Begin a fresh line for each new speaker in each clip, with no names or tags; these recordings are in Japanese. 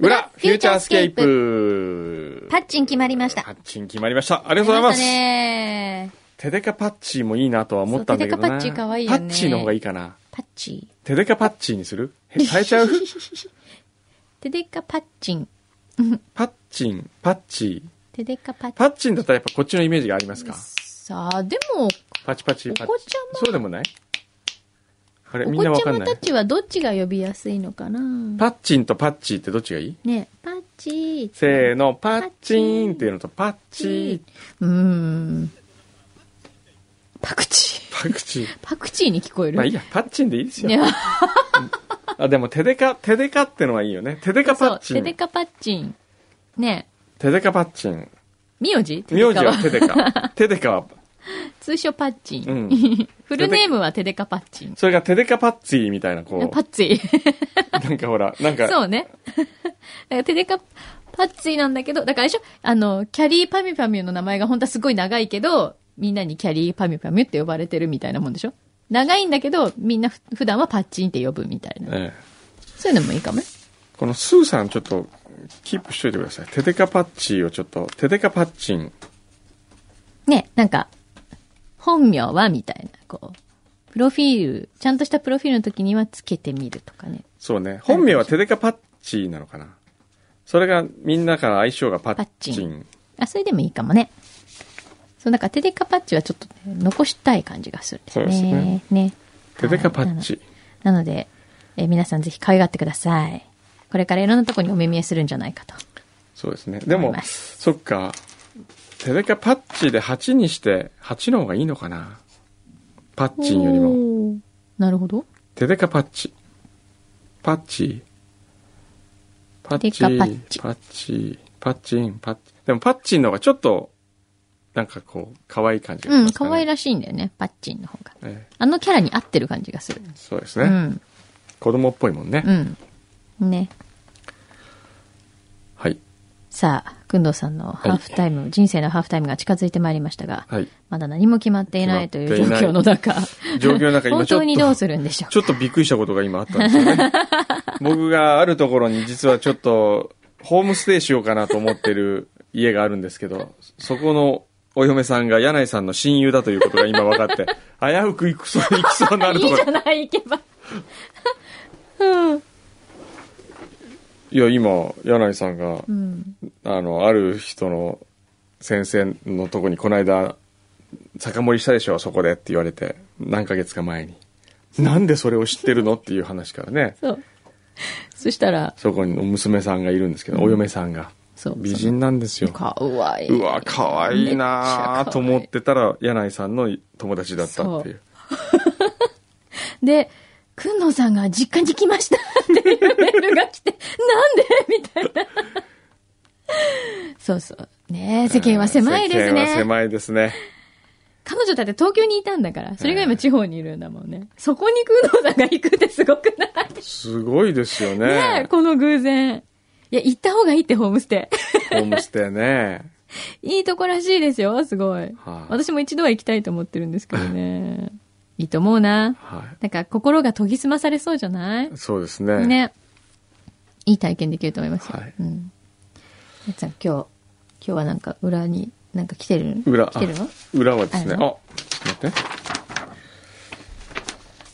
チャースケープ
パッチン決まりました。
パッチン決まりました。ありがとうございます。
ね
テデカパッチーもいいなとは思ったんだけどな。
そうテデカパッチー可愛いよね
パッチーの方がいいかな。
パッチ。
テデカパッチーにするへ変え ちゃう
テデカパッチン。
パッチン、パッチー。
テデカパッチ
パッチンだったらやっぱこっちのイメージがあります
ン。
か。
さあ、でも、
パチパチパ
お子
チ
ちゃ。ま
そうでもないあれ、みんな
お
わ
子ち
か
ゃ
ん
ま
な
た
い。
ちはどっちが呼びやすいのかな
パッチンとパッチーってどっちがいい
ねパッチ。
せーの、パッチンっていうのとパッチー、
うーん。パクチー。
パクチー。
パクチーに聞こえる。
まあいいや、パッチンでいいです
い
よ。
や
あ、でもテデカ、テデカってのはいいよね。テデカパ
そう
ッ、チ
テ
ン。
デカパッチン。ね
テデカパッチン。
名字テ
名字
デカ
は
は。
テデカ。 テデカは、
通称パッチン。
うん。
フルネームはテデカパッチン。
それがテデカパッチーみたいな、こ
パッチー。
う、なんかほら、なんか、
そうね。 だからテデカパッチーなんだけど、だからあれでしょあの、キャリーパミュパミュの名前が本当はすごい長いけど、みんなにキャリーパミュパミュって呼ばれてるみたいなもんでしょ長いんだけど、みんなふ普段はパッチンって呼ぶみたいな。
ええ
そういうのもいいかもね。
このスーさんちょっと、キープしといてください。テデカパッチーをちょっと、テデカパッチン。
ね、なんか、本名はみたいな、こう、プロフィール、ちゃんとしたプロフィールの時にはつけてみるとかね。
そうね。本名はテデカパッチーなのかな。それが、みんなから相性がパッチン。
パッチンあ、それでもいいかもね。そう、なんかテデカパッチはちょっとね、残したい感じがするんですね。
そうですね。
ね。
テデカパッ
は
チ。
い。なのなので、えー皆さんぜひ可愛がってください。これからいろんなとこにお目見えするんじゃないかと。
そうですね。で
思
も
い、ます
そっか。テデカパッチで8にして、8の方がいいのかな。パッチンよりも。
も。なるほど。
テデカパッチ。パッチ。パッチ。
テデカパッチ
パッチ。パッチン、パッチ。でもパッチンの方がちょっと、なんかこう、可愛い感じがし
う
ま
ん、
すかね。
可愛らしいんだよね、パッチンの方が。
ええ
あのキャラに合ってる感じがする。
そうです
う
ね、
ん。
子供っぽいもんね。
うん。ね。
はい。
さあ、くんどうさんのハーフタイム、人生のハーフタイムが近づいてまいりましたが、
はい。
まだ何も決まっていないという状
決まっていない
況の中、
状況の中、今
本
ちょっ
当
と。
にどうするんでしょう
ちょっとびっくりしたことが今あったんですよ ね。僕があるところに実はちょっと、ホームステイしようかなと思ってる家があるんですけど、そこのお嫁さんが柳井さんの親友だということが今分かって、危うく行くそう、行きそうになると
いい
こ
じ
ろ
ゃ。ない、行けば。うん
いや、今、柳井さんが
う、ん。
あの、ある人の先生のとこにこの間、酒盛りしたでしょ、そこでって言われて、何ヶ月か前に。なんでそれを知ってるのっていう話からね。
そう。そしたら、
そこに娘さんがいるんですけど、お嫁さんが。
そう。
美人なんですよ。
かわいい。
うわ、可愛いなぁと思ってたら、柳井さんの友達だったっていう。
で、くんのさんが実家に来ましたっていうメールが来て、なんでみたいな。そうそう。ねえ世間は狭いですね。
世間は狭いですね。
彼女だって東京にいたんだから、それが今地方にいるんだもんね。そこに工藤さんが行くってすごくない
すごいですよ
ねえ
ね。
この偶然。いや、行った方がいいってホームステ
ホームステイね。
イ。いいとこらしいですよ、すごい。
はい
私も一度は行きたいと思ってるんですけどね。いいと思うな。
は
なんか心が研ぎ澄まされそうじゃない
い。そうですね。
ね。いい体験できると思いますよ。
はい
うん。やっちゃん、今日、今日はなんか裏に、なんか来てる
裏、
来てるの
あ裏はですね。
あ
あ、
の
待って。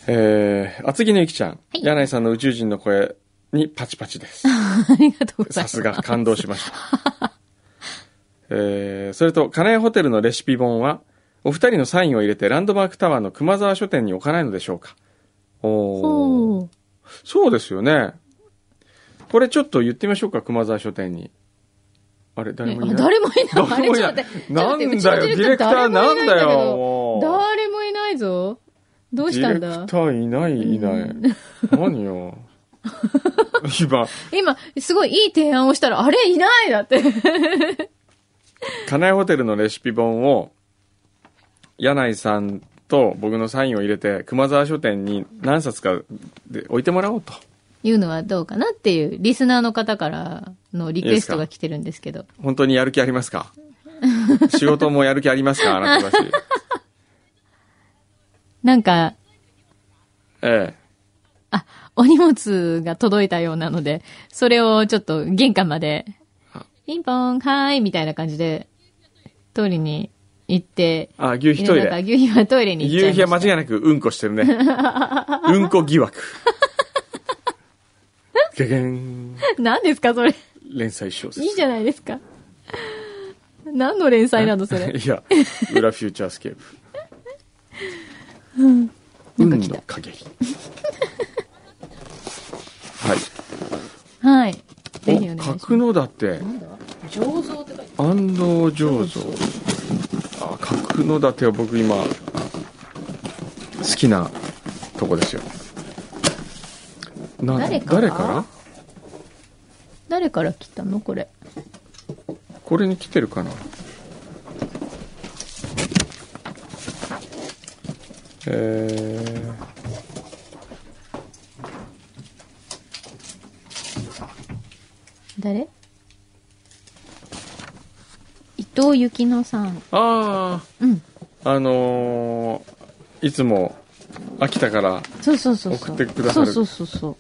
えー、厚木のゆきちゃん、
い
柳井さんの宇宙人の声にパチパチです。
ありがとうござい
さ
ます。
すが、感動しました。 えー、それと、金谷ホテルのレシピ本は、お二人のサインを入れてランドマークタワーの熊沢書店に置かないのでしょうかおー
おー
そうですよね。これちょっと言ってみましょうか、熊沢書店に。あれ、誰もい
あ
ない。
誰もいない。あれちょっと待って
なんだよ、デ
ちょっと待って
ィレクターなんだよ、
う
も
ちのディレクター誰もいないぞ。ど
う。
う
デ
した
ィ
ん
レク
だ
ターいない、いない。何よ。 今、
今、すごいいい提案をしたら、あれいないだって。
金谷ホテルのレシピ本を、柳井さんと僕のサインを入れて、熊沢書店に何冊かで置いてもらおうと。
いうのはどうかなっていう、リスナーの方からのリクエストが来てるんですけど。
本当にやる気あります か仕事もやる気ありますかあなたたち。
なんか、
ええ。
あ、お荷物が届いたようなので、それをちょっと玄関まで
あ、
ピンポン、はーい、みたいな感じで、取りに行って、
あ、牛皮トイ
いろいろなん
レ。
か牛皮はトイレに行っちゃい
牛
ま
皮
した
は間違いなくうんこしてるね。うんこ疑 惑。ゲゲン。
何ですか、それ。
連載小説。
いいじゃないですか。何の連載なの、そ れ。
いや、裏フューチャースケープ。
なん
運
か
の
来た
陰 り。はい。
はい。ぜひお願いし
お、
ます。
格のだって、
醸造って書いて
安藤醸造。あ、格のだては僕今、好きなとこですよ。な
誰から
誰から
誰から来たのこれ。
これに来てるかなえー
誰伊藤幸乃さん。
あ
うん。
ああのーいつも秋田から
そうそうそうそ
送
う。
ってくださる
そうそうそうそう。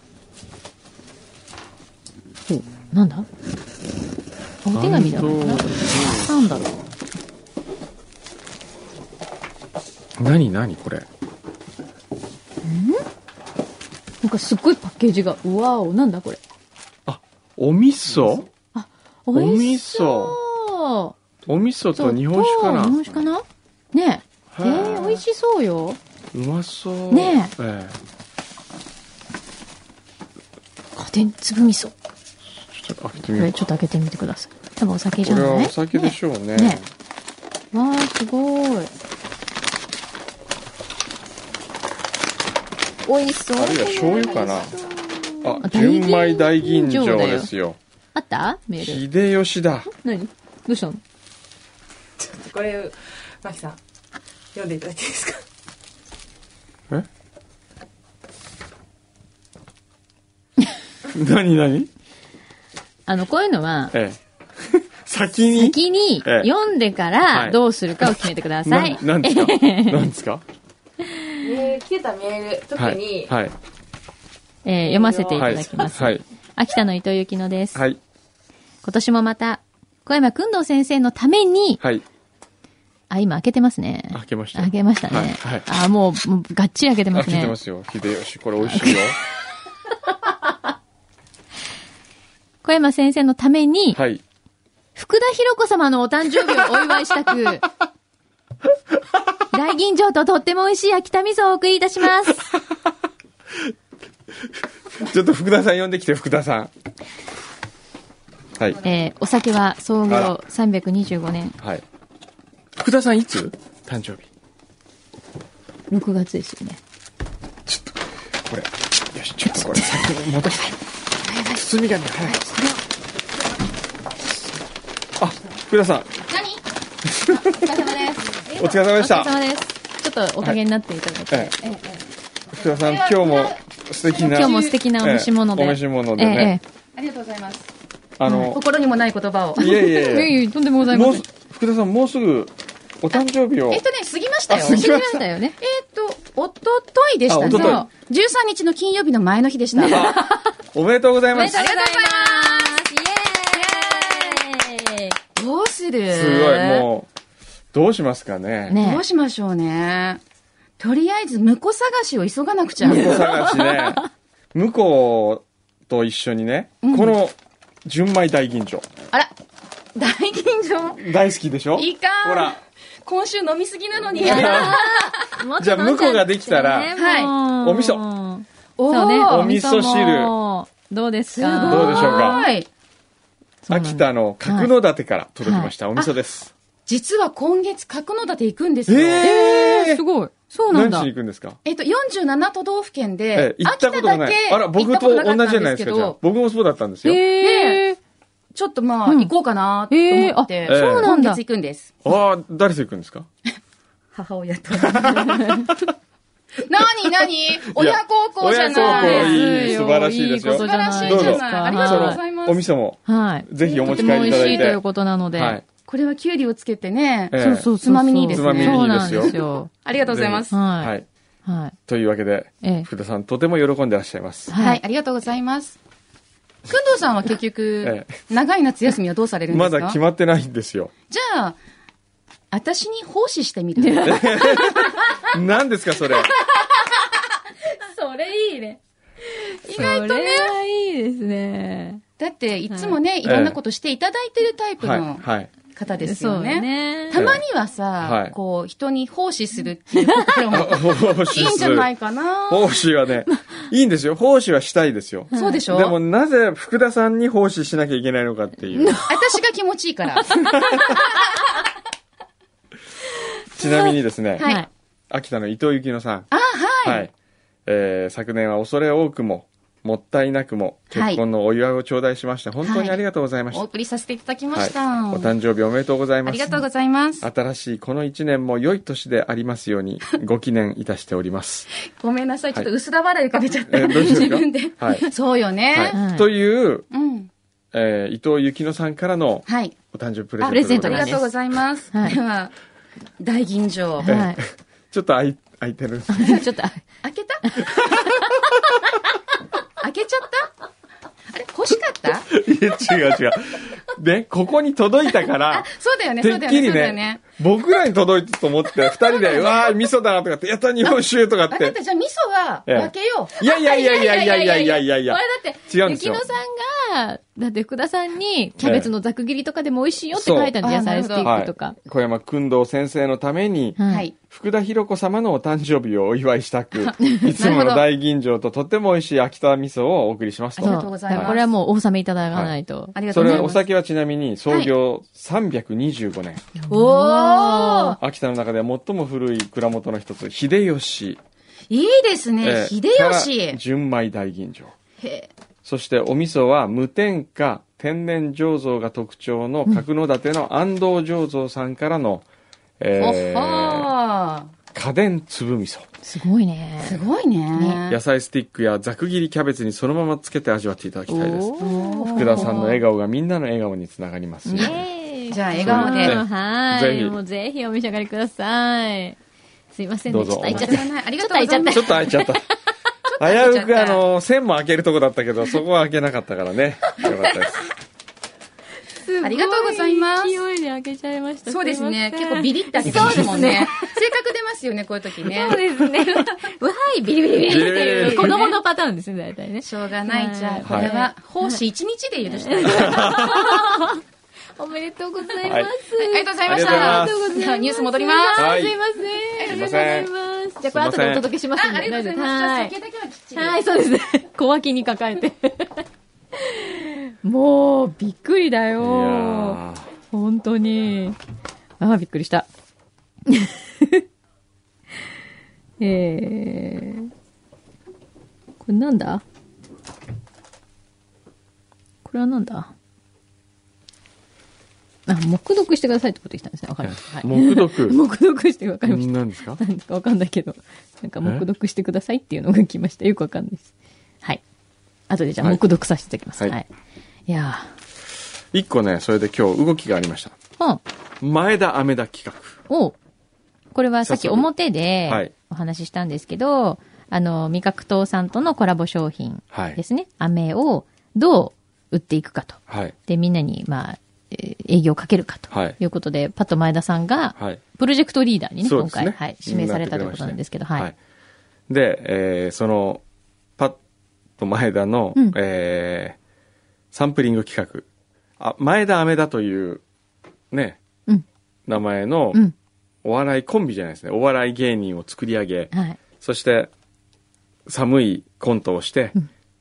ほうなんだお手紙だろうな。
安藤
なんだろう
何何これ
なんかすっごいパッケージが。うわお、なんだこれ。
あお味噌
おいしそう。
お味噌
そう
と日本酒かな
日本酒かなねえ。え
へえ
ー、美味しそうよ。
うまそう
ね
ええ
あ、でん粒味噌。こ
ちょっと開けてみよ
れ
う
ちょっ
か
と開けてみてください。多分お酒じ
こ
ゃ
れ
ない
はお酒でしょうね
ねねわあ、すごい。美味しそう。
あるいは醤油かなあ
あ
純米大吟
大吟醸
醸
だよ
ですよ
あったメール。
秀吉だ
何どうしたの
これ、マキさん、読んでいただいていいですか。
え 何何
あの、こういうのは、
ええ 先に
先に
ええ
読んでか
は
ら
い
どうするかを決めてください。
ななんです かなんですか
メール、来てたメール、特
はい
に、
はい
えー読ませてい
は
た
い
だきます。
はい
秋田の伊藤幸乃です。
はい
今年もまた、小山くんどう先生のために、
はい
あ、今開けてますね。
開けました
開けましたね。
はいはい
あ、もう、もうがっちり開けてま
開
す
け
ね。
てますよ秀吉これ美味しいよ
小山先生のために、
はい
福田博子様のお誕生日をお祝いし たく、大吟醸ととっても美味しい秋田味噌をお送りいたします。
ちょっと福田さん呼んできて福田さんはい
えーお酒は創業
あら
325年
はい福田さんいつ誕生日
6月ですよね。
ちょっとこれよしちょっとこれ先に戻して包み紙が早いあ福田さん
何お疲
お疲
れ様です。
れ様でした
お疲れ様です。ちょっとおかげになっていただいて。
ええ福田さん今日も素敵な
今日も素敵なお召し物で。
ええお召し物でね、
えええ
ありがとうございます。
え
あの
心にもない言葉を。
いやいや
いえい
い
えとんでもござ
や
い
も
ま
う
せん。
福田さんもうすぐお誕生日を
えっとね、過ぎましたよ。
あ過ぎ
知りましたよね。
えっと、おとといでした
あ
ね。
おととい
そう13日の金曜日の前の日でした。
おめでとうござい
おめ
ま
ですとうございます。イエーイ
どうする
すごいもうどうしますかね
ね
どうしましょうね。とりあえず、婿探しを急がなくちゃ。
お探しね向こうと一緒にね、この純米大吟醸
あら、大吟醸。
大好きでしょ
いかん
ほら
今週飲みすぎなのに。
じゃあ向こうができたら
はい
お
お味
噌。
お
そうね。
ー
お味噌汁
も。どうです
すご
か
い。
どうでしょうか
そうなんだ
秋田の角野立から届きました、お味噌です、
実は今月、角野立行くんですよ。
え
すごい。そうな
何
んだ
しに行。くんですか
えっと、47都道府県
え
で
え、行っ
秋田
たことが
だ
ない
け。
あら、僕
行った
と
こ
同
かったん
じじゃないですか、じゃあ
ど。
僕もそうだったんですよ。
えー、
ちょっとまあ、
うん
行こうかなって思って、
えーあそう
なんだ
今月行くんです。
ああ、誰と行くんですか
母親と。なになに親孝行じゃ
親
ない。
孝行いい素晴らしいですよ
ことじゃない
素晴らしい
です
じゃ
か。
ないあり
そ
がとうござ
は
いま
の
す
お味噌も、
はい。
ぜひお
と
持
て
ち帰り
も
い
美味
ただ
し
い
いという
て。
ことなので。
はい
これはキュウリをつけてね、
ええ
そうそうそうそう。
つまみにいいです
ねつまみにいいですよ
そうなんですよ。
ありがとうございます。
は。
はいい。
は
というわけで、
ええ
福田さんとても喜んでらっしゃいます
い。。
はい、
はい。
ありがとうございます。くんどうさんは結局
え、
長い夏休みはどうされるんで
ます
か
だ決まってないんですよ。
じゃあ、私に奉仕してみる。
何ですか、それ。
それいいね。
意外と
そ
ね
れ、はいいですね。
だっていつもね、い、
い
ろんなことしていただいてるタイプ
はい、
の
はい。
方ですよね。
そうね。
たまにはさ、
はい
こう、人に奉仕するっていうところ も
奉
い
仕
いんじ
す
ゃ
る。
ないかな。
奉仕は ね、いいんですよ。奉仕はしたいですよ。
そうでしょ
でもなぜ福田さんに奉仕しなきゃいけないのかって いう。
私が気持ちいいから。
ちなみにですね、
はい
はい。
秋田の伊藤幸乃さん。
あ、はい。
はい。えー昨年は恐れ多くも、もったいなくも、
はい
結婚のお祝いを頂戴しました。本当にありがとうございました。
お送りさせていただきま
はい
した。
お誕生日おめでとうございま
あ
す。
りがとうございます。
新しいこの一年も良い年でありますように、ご記念いたしており ます。
ごめんなさい。ちょっと薄ら笑い浮かべちゃった。
えどうしました
自分で。
はい
そうよね。
は。
はいい
という、
うん。
えー伊藤幸乃さんからの
はい。
お誕生日プ
あプ
レ
レ
ゼ
ゼ
ン
ン
ト
ト
あ
で
り
ござい
が
ます。
とうござ
は
います。
い
では、大吟醸。
はい。
ちょっと空い空いてる。
ちょっと、
開けた開けちゃったあれ欲しか った
いや違う違う。で、ここに届いたから、
そうだよね、
て
そう
っ
だよ
き
ね、
り
そうだ
ね、
よね。
僕らに届いたと思って、二人で、うわー、味噌だなとかって、やった、日本酒とかっ
あな
て
た。じゃあ味噌は
ええ
分けよう。
いやいやいやいやいやいやいやいやいや
こ。れだって、
違うんですよ
雪乃さんが、だって福田さんに、キャベツのざく切りとかでも美味しいよって書いたんで、
ええ
野菜スティックとか。
小山君堂先生のために、
は。。
はい
福田博子様のお誕生日をお祝いしたく、いつもの大吟醸ととても美味しい秋田味噌をお送りしまし
あり
た
が。とうございま
だ
す
からこれはもうお納めいただかないと。
ありが
そ
と
う
ご
れ
ざい
はお
ます。
酒はちなみに創業325年、
おー
秋田の中では最も古い蔵元の一つ、秀吉。
いいですね、
ええ
秀
から
吉。
純米大吟醸。
へえ
そしてお味噌は無添加天然醸造が特徴の角館の安藤醸造さんからの、え
おっ
ー
は
家電粒味噌
すごい
ーす
ね。
ごいね。
野菜スティックやざく切りキャベツにそのままつけて味わっていただきたいです
おー
福田さんの笑顔がみんなの笑顔につながりますように
イエーイ
じゃあ笑顔で
うんは
ぜひ
い。もうぜひお召し上がりください。すいません
ど
ね。
う
ち
ぞ
ょっと開いちゃっ
とんでもないあり
た。ち
が
ょっ
と
と開
うご
い ちゃった
ざいま
ち。ょっと開いちゃった
開い
危
ちゃ
う
った
くあの線も開けるとこだったけどそこは開けなかったからねよかったです
ありがとうございます
すごい勢いで開けちゃいました。
そうですね、
いませ
結
ん
構ビリッと開けてますもんね。性格出ますよね、こういう時ね
そう。ですね。わーい、ビリビリビリって
ビリビリビ
い
リ
う、子供のパターンですね、大体ね。
しょうがないじゃあ、こ
はい
れは、奉仕一日で許してあげる
おめでとうございます。
ありがとうございまし
あ
た。
りがとう
ございます
ではニュース戻ります。
はい
すいません。
すいません
ありがとうございます。じゃあ、これ後でお届けしますんで。
あありがとうございます。じゃあ、酒だけはきっちり。
はい。はい、そうですね。小脇に抱えて。もう、びっくりだ
いや
よ。
ー
本当に。ああ、びっくりした。 えー、これなんだこれはなんだあ、黙読してくださいってことできたんですね。わかりました。はい
黙読
黙読してわかりました。
何ですか
なんだかわかんないけど、なんか黙読してくださいっていうのが来ました。よくわかんないです。はい。後でじゃあ
はい
黙読させていただきます。
は
はいい。い、や
一個ねそれで今日動きがありました
ー。うん。
前田飴田企
おうこれはさっ
早
き
速
表
はい
でお話ししたんですけど、あの、味覚糖さんとのコラボ商品
はい
ですね。飴をどう売っていくかと。
画はい
で、みんなに、まあ、えー営業をかけるかと
はい
いうことで、パッと前田さんが、
はい
プロジェクトリーダーにね、
そう
今
ですね
回、はい、指名されたということなんですけど、はい。
で、えーその、パッと前田の、
うん
えーサンプリング企画。あ、前田飴田という、ね、
うん
名前の
う、ん。
お笑いコンビじゃないですね。お笑い芸人を作り上げ、
はい。。
そして、寒いコントをして、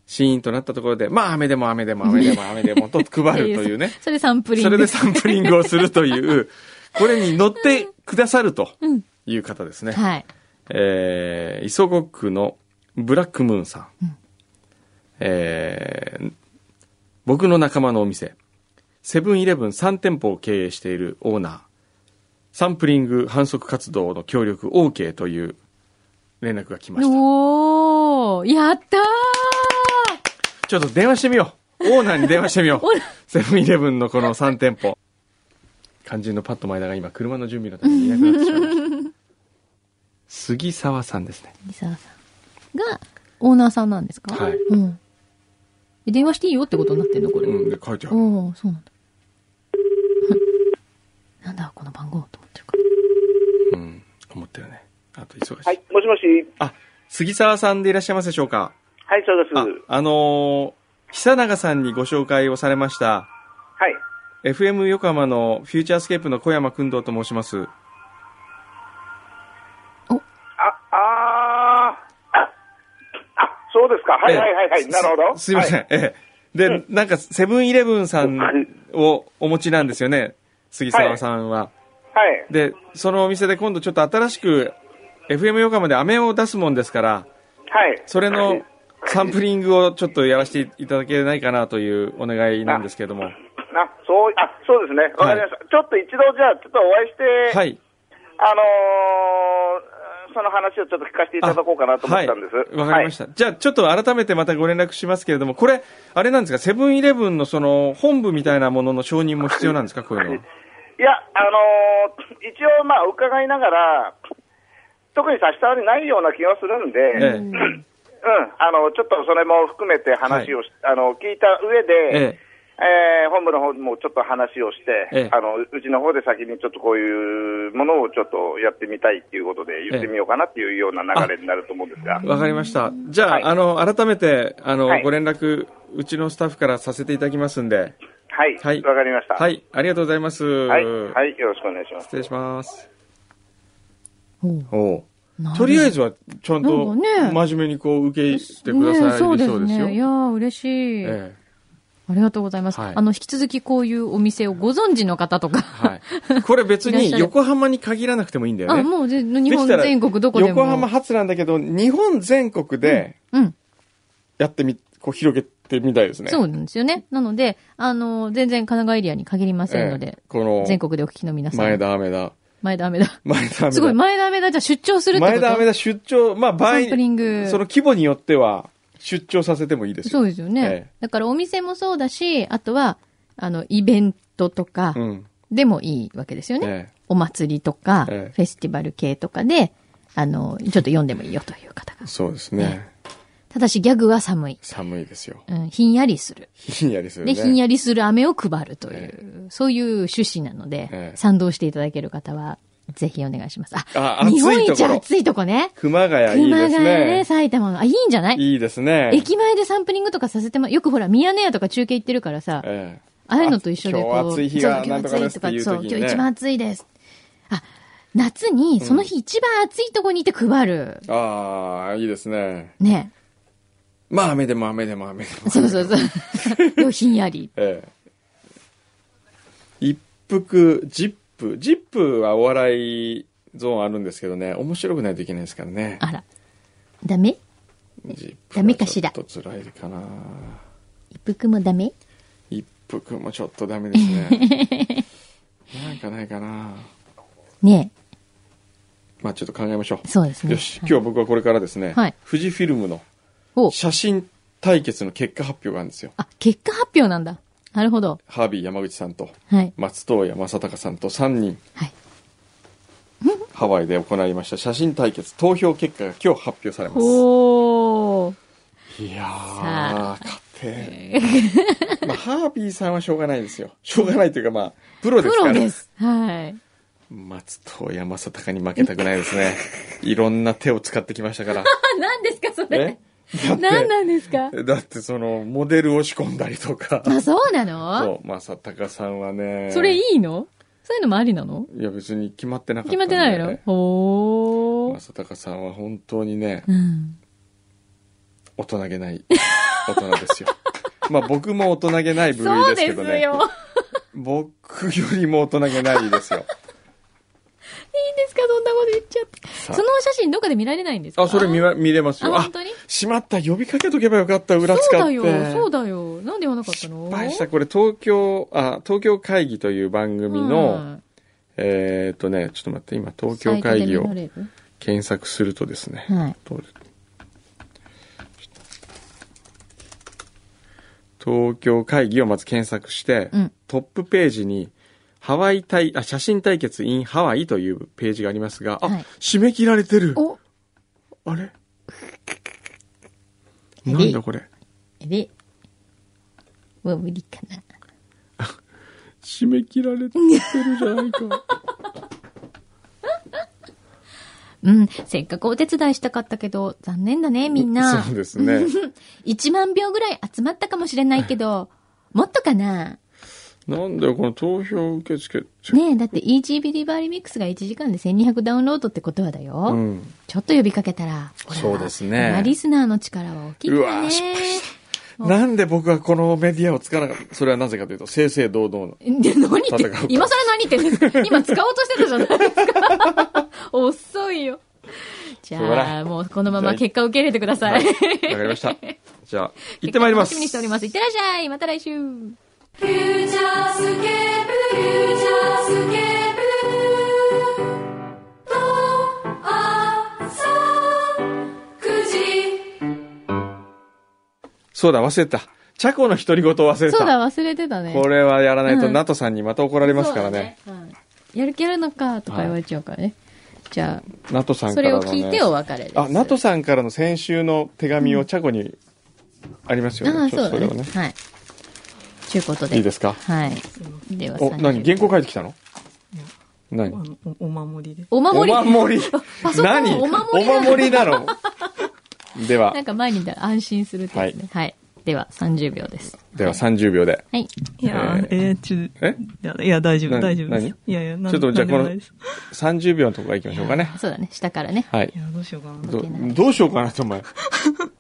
シーンとなったところで、まあ、飴でも飴でも飴でも飴でもと配ると いうね
それサンプリン
そ
グ。
れでサンプリングをするという、これに乗ってくださると
うん。
いう方ですね。
はい。
えー、磯子区のブラックムーンさん、えー僕の仲間のお店セブンイレブン3店舗を経営しているオーナーサンプリング反則活動の協力 OK という連絡が来ました
おー、やったー
ちょっと電話してみようオーナーに電話してみ ようセブンイレブンのこの3店舗 肝心のパッと前田が今車の準備のためにいなくなってしまいました杉沢さんですね。
三沢さんがオーナーさんなんですか
はい
うん。え電話していいよってことになってんのこれ。
うん、で書いてある。
おおそうなんだ。 なんだ、この番号と思ってるから。
うん、思ってるね。あと忙しい。
はい、もしもし。
あ、杉沢さんでいらっしゃいますでしょうか
はい、そうです。
あ、あのー久永さんにご紹介をされました、
はい。
FM 横浜のフューチャースケープの小山君堂と申します。
あ、あーあ、あ、そうですか。はいはいはいはい。
ええ
なるほど。
すすいません。
はい。
ええ。で、なんか、セブンイレブンさんをお持ちなんですよね。杉沢さんは。
はい。
で、そのお店で今度ちょっと新しく、FM 横浜で飴を出すもんですから、
はい。
それのサンプリングをちょっとやらせていただけないかなというお願いなんですけども。
あ、そう、あ、そうですね。わかりました。ちょっと一度じゃあ、ちょっとお会いして、
はい。
あのーその話をちょっと聞かせていただこうかなと思ったんです。
はい、わかりました。じゃあ、ちょっと改めてまたご連絡しますけれども、これ、あれなんですか、セブンイレブンのその、本部みたいなものの承認も必要なんですか、こういうのは。
いや、あのー一応、まあ、伺いながら、特に差し障りないような気がするんで、
え
うん、あの、ちょっとそれも含めて話をし、あの、聞いた上
え、え
で、
え、
えー本部の方にもちょっと話をして、
ええ
あの、うちの方で先にちょっとこういうものをちょっとやってみたいっていうことで言ってみようかなっていうような流れになると思うんですが。
わかりました。じゃあ、
はい
あの、改めて、あの、
はい
ご連絡、うちのスタッフからさせていただきますんで、
はい、わ、
はい
かりました。。
はいい、ありがとうございます。
はい、はい、よろしくお願いします。
失礼します。
おう
お
なる
とりあえずは、ちゃんと、
なんかね
真面目にこう、受け入れてくださ
ね
り
そ
そううで
ですすね。いや
よ。
ー嬉しい、
ええ
ありがとうございます、
はい
あの、引き続きこういうお店をご存知の方とか。
はい。これ別
いらっしゃ
に
る
横浜に限らなくてもいいんだよね。
あ、もうぜ日
でき
本
たら
全国どこでも。
横浜発なんだけど、日本全国で
うん。
やってみ、こう広げてみたいですね。
そううなんですよね。なので、あの、全然神奈川エリアに限りませんので、
この、
全国でお聞きの皆さん。
前。田、雨田、
前田雨だ。
前田、雨田。
すごい、前田雨だ。じゃあ出張するってこと
前田、雨田出張、まあ、場合
サンプリング
その規模によっては、出張させてもいいですよ。
そうですよね。
ええ
だからお店もそうだし、あとは、あの、イベントとか
うん。
でもいいわけですよね。
え
お祭りとか、フ
ええ
ェスティバル系とかで、あの、ちょっと読んでもいいよという方が
え。そうですね。
ただしギャグは寒い。
寒いですよ。
うん、ひんやりする。
ひんやりする
で、
ね。
ひんやりする飴を配るという、
え
そういう趣旨なので、
ええ
賛同していただける方は、ぜひお願いします。あ、
あ暑い
日本一
ところ
暑いとこね。
熊谷いい
熊
で
谷
す
ね、
ね。
埼玉の。あ、いいんじゃない
いいですね。
駅前でサンプリングとかさせても、よくほら、ミヤネ屋とか中継行ってるからさ、
ええ
ああいうのと一緒でこう、
あ今日暑い日が
そう
なんとかですっていう
そう、
時にね
今日一番暑いです。あ、夏に、その日一番暑いとこにいて配る。
ああ、いいですね。
ね。
まあ、雨でも雨でも雨でも。
そうそうそう。 でもひんやり。
ええ。一服、ジップ。ジップはお笑いゾーンあるんですけどね、面白くないといけないですからね。
あら。ダメ
ジップ
ダメかしら
はちょっと辛いかな。
一服もダメ
一服もちょっとダメですね。 なんかないかな。
ね
まあちょっと考えましょう。
そうですね。
よし、今日は僕はこれからですね、
はい
富士フィルムの
お
写真対決の結果発表があるんですよ。
あ、結果発表なんだ。なるほど。
ハービー山口さんと、
はい。
松任谷正隆さんと3人、
はい。
ハワイで行いました写真対決投票結果が今日発表されます
おー。
いや
さ
ー勝って、まあ、ハービーさんはしょうがないですよしょうがないというかまあプロで
プ
すか
ロ
ら
です。はい。
松任谷正隆に負けたくないです ねいろんな手を使ってきましたから
あ、 何ですか、そ
え
れ。何なんですか
だってそのモデルを仕込んだりとか
あ、そうなの
そう正隆さんはね
それ
い
いいのそういうのもありなの
や別に決まってなかった
決
ん
ま
で
ってないのおー。
正隆さんは本当にね
うん。
大人げない大人ですよ。 まあ僕も大人げない部類
そう
ですけ
で
ど
す
ね。
よ。
僕よりも大人げないです よ。
いいんですかそんなこと言っちゃって。
さ
そ
あ
のお写真どっかで見られないんですか
あ、それ見
ま
わ見れますよ。
あ、
あ
本、当に
しまった、呼びかけとけばよかった、裏
そう
使っ
だ
て。
よ、そうだよ。なんで言わなかったの
失敗した、これ東京、あ、東京会議という番組の、
うん
えーっとね、ちょっと待って、今東京会議を
サイトで見られる
検索するとですね、
はい
どう東京会議をまず検索して、
うん
トップページに、ハワイ対、あ、写真対決 in ハワイというページがありますが、あ、
はい
締め切られてる
お
あれ
え
なんだこれ
えれもう無理かな。
締め切られてるじゃないか。
うん、せっかくお手伝いしたかったけど、残念だ ね、みんな
そう。です ね。
1万票ぐらい集まったかもしれないけど、もっとかな
なんだよ、この投票受付。
ねえ、だって Easy ビリバリミックスが1時間で1200ダウンロードってことはだよ。
うん。
ちょっと呼びかけたら、ほら
そうですね
まあリスナーの力は大きいか
う
ら
わ
ね
ー。失敗しなんで僕はこのメディアをつかなかったそれはなぜかというと、正々堂々の。
で、何言っ
戦うから、
て今更何言ってんですか今使おうとしてたじゃないですか。遅いよ。じ
しょうが
ゃ
な
あ、
い
もうこのまま結果受け入れてください。
わかりま した。じゃあ、行ってまいります。
楽しみにしております。いってらっしゃい。また来週。
「フューチャースケープフューチャースケープル」「と朝9時」
そうだ、忘れてた。チャコの独り言を忘れてた。
そうだ、忘れてたね。
これはやらないと、
うん
ナトさんにまた怒られますからね。
そうだねうんやる気あるのかとか言われちゃうからね。じゃ
ナトさ
あ、
ん
そ
から
れ
の、
を
ね。
聞いてお別れです。
あ、ナトさんからの先週の手紙をチャコにありますよね。
ああ、
ち
そ
ょっ
う
とそ
だ
れ
ね
をね。。
はい。ちゅうことで。
いいですか
はい。では、
お、
30
何原稿書いてきたの
いや
何
おお守りで。
お
お
守り。
守り
パ。ソコン
何
お守りなの
お守りなの。では
なん、か前にだ安心するってやつね。はい。では、30秒です。
では30秒で。
はい。
いやー、えー、ちょい
え
や、いや、大丈
な
夫、大丈夫です
何。
いやいや、なん
ちょっとじゃあ
なんでも
この
ないです
?30 秒のとこから行きましょうかね。
そうだね。下からね。
はい
い。や、どうしようかな。
どどうしようかなと、お 前。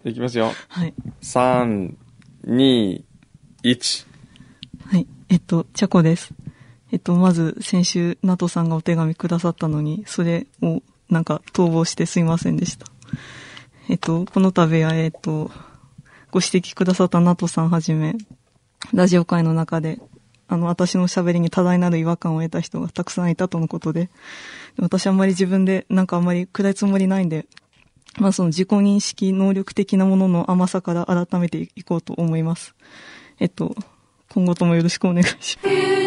いきますよ。
はい。
3、2、1。
はい。えっと、チャコです。えっと、まず、先週、ナトさんがお手紙くださったのに、それを、なんか、逃亡してすいませんでした。えっと、この度は、えっと、ご指摘くださったナトさんはじめ、ラジオ界の中で、あの、私の喋りに多大なる違和感を得た人がたくさんいたとのことで、私あんまり自分で、なんかあんまり暗いつもりないんで、まあその自己認識能力的なものの甘さから改めていこうと思います。えっと、今後ともよろしくお願いします。
「フューチャースケープフューチャースケープル」